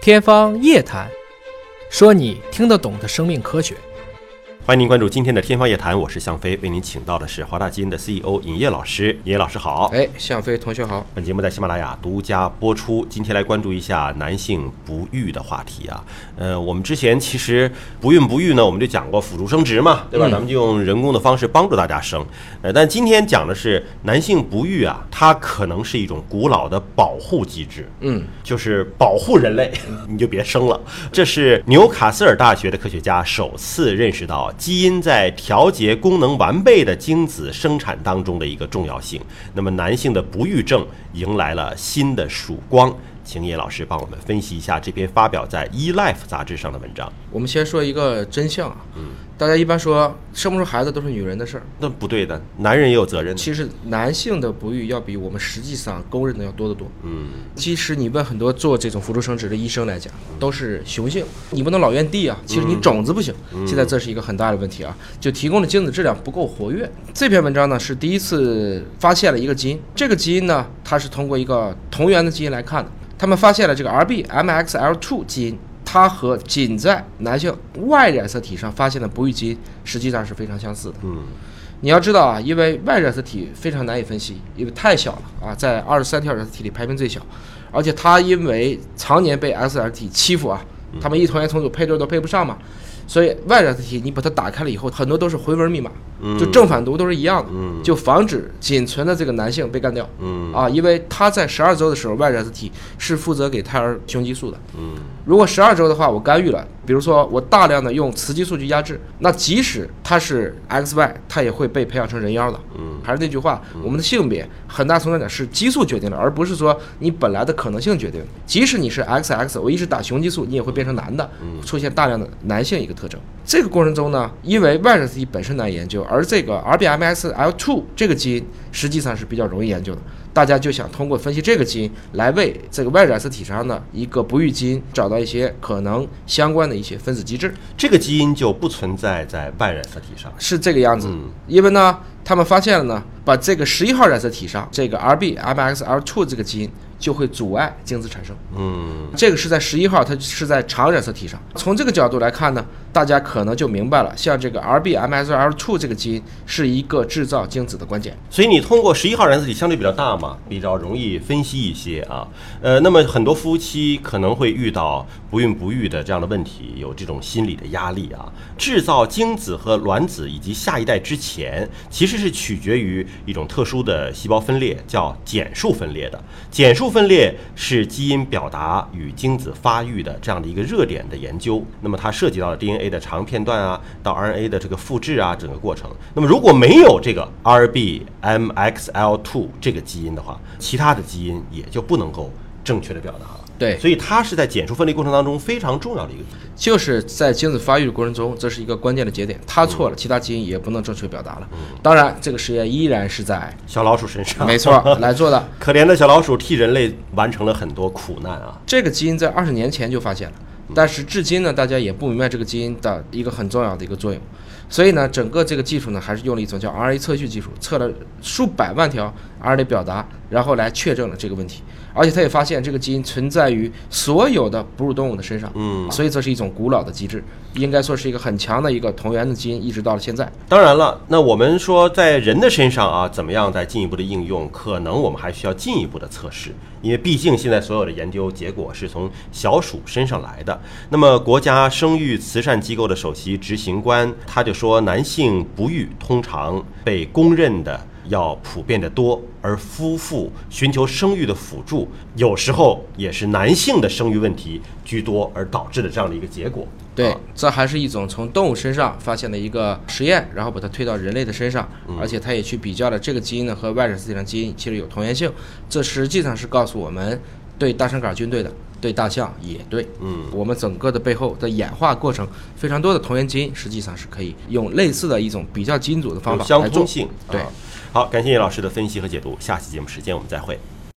天方夜谭，说你听得懂的生命科学。欢迎您关注今天的《天方夜谭》，我是向飞，为您请到的是华大基因的 CEO 尹烨老师。尹烨老师好，哎，向飞同学好。本节目在喜马拉雅独家播出。今天来关注一下男性不育的话题啊。呃，我们之前其实不孕不育呢，我们就讲过辅助生殖嘛，对嗯吧？咱们就用人工的方式帮助大家生。呃，但今天讲的是男性不育啊，它可能是一种古老的保护机制，嗯，就是保护人类， 你就别生了。这是纽卡斯尔大学的科学家首次认识到基因在调节功能完备的精子生产当中的一个重要性。那么，男性的不育症迎来了新的曙光。请叶老师帮我们分析一下这篇发表在《eLife》杂志上的文章。我们先说一个真相啊，大家一般说生不出孩子都是女人的事儿，那不对的，男人也有责任的。其实男性的不育要比我们实际上公认的要多得多。嗯，其实你问很多做这种辅助生殖的医生来讲，都是雄性，你不能老怨地啊。其实你种子不行，现在这是一个很大的问题啊，就提供的精子质量不够活跃。这篇文章呢是第一次发现了一个基因，这个基因呢它是通过一个同源的基因来看的，他们发现了这个 RBMXL2 基因。它和仅在男性外染色体上发现的不育基因实际上是非常相似的。嗯，你要知道啊，因为外染色体非常难以分析，因为太小了啊，在二十三条染色体里排名最小，而且它因为常年被 S 染色体欺负啊，他们一同源重组配对都配不上嘛，所以外染色体你把它打开了以后，很多都是回文密码，就正反读都是一样的，就防止仅存的这个男性被干掉。啊，因为他在十二周的时候，外染色体是负责给胎儿雄激素的。嗯，如果十二周的话，我干预了，比如说我大量的用雌激素去压制，那即使它是 XY，它也会被培养成人妖的。嗯，还是那句话，我们的性别很大程度上讲是激素决定的，而不是说你本来的可能性决定的。即使你是 XX，我一直打雄激素，你也会变成男的，出现大量的男性一个特征。这个过程中呢，因为外染色体本身难研究，而这个 RBMXL2 这个基因实际上是比较容易研究的。大家就想通过分析这个基因来为这个外染色体上的一个不育基因找到一些可能相关的一些分子机制，这个基因就不存在在外染色体上。是这个样子。因为呢，他们发现了呢，把这个十一号染色体上这个 RBMXL2 这个基因就会阻碍精子产生。嗯这个是在十一号，它是在常染色体上。从这个角度来看呢，大家可能就明白了，像这个 RBMXL2 这个基因是一个制造精子的关键。所以你通过十一号染色体相对比较大嘛，比较容易分析一些啊。呃，那么很多夫妻可能会遇到不孕不育的这样的问题，有这种心理的压力啊。制造精子和卵子以及下一代之前，其实是取决于一种特殊的细胞分裂，叫减数分裂的。减数分裂是基因表达与精子发育的这样的一个热点的研究。那么它涉及到了 DNA 的长片段啊，到 RNA 的这个复制啊，整个过程。那么如果没有这个 RBMXL2 这个基因的话，其他的基因也就不能够正确的表达了。对所以它是在减数分裂过程当中非常重要的一个基因。就是在精子发育的过程中，这是一个关键的节点，它错了，其他基因也不能正确表达了。当然，这个实验依然是在小老鼠身上，没错儿来做的。可怜的小老鼠替人类完成了很多苦难啊。这个基因在二十年前就发现了，但是至今呢，大家也不明白这个基因的一个很重要的一个作用。所以呢，整个这个技术呢，还是用了一种叫 RNA 测序技术，测了数百万条 RNA 表达，然后来确证了这个问题。而且他也发现这个基因存在于所有的哺乳动物的身上，嗯，所以这是一种古老的机制，应该说是一个很强的一个同源的基因，一直到了现在。当然了，那我们说在人的身上啊，怎么样再进一步的应用？可能我们还需要进一步的测试，因为毕竟现在所有的研究结果是从小鼠身上来的。那么，国家生育慈善机构的首席执行官他就说，男性不育通常被公认的要普遍的多，而夫妇寻求生育的辅助，有时候也是男性的生育问题居多而导致的这样的一个结果。对啊，这还是一种从动物身上发现的一个实验，然后把它推到人类的身上，嗯而且它也去比较了这个基因呢和外染色体上基因其实有同源性，这实际上是告诉我们对大肠杆菌对的，对大象也对。嗯，我们整个的背后的演化过程非常多的同源基因，实际上是可以用类似的一种比较基因组的方有法相来做通性。啊对啊好，感谢叶老师的分析和解读，下期节目时间我们再会。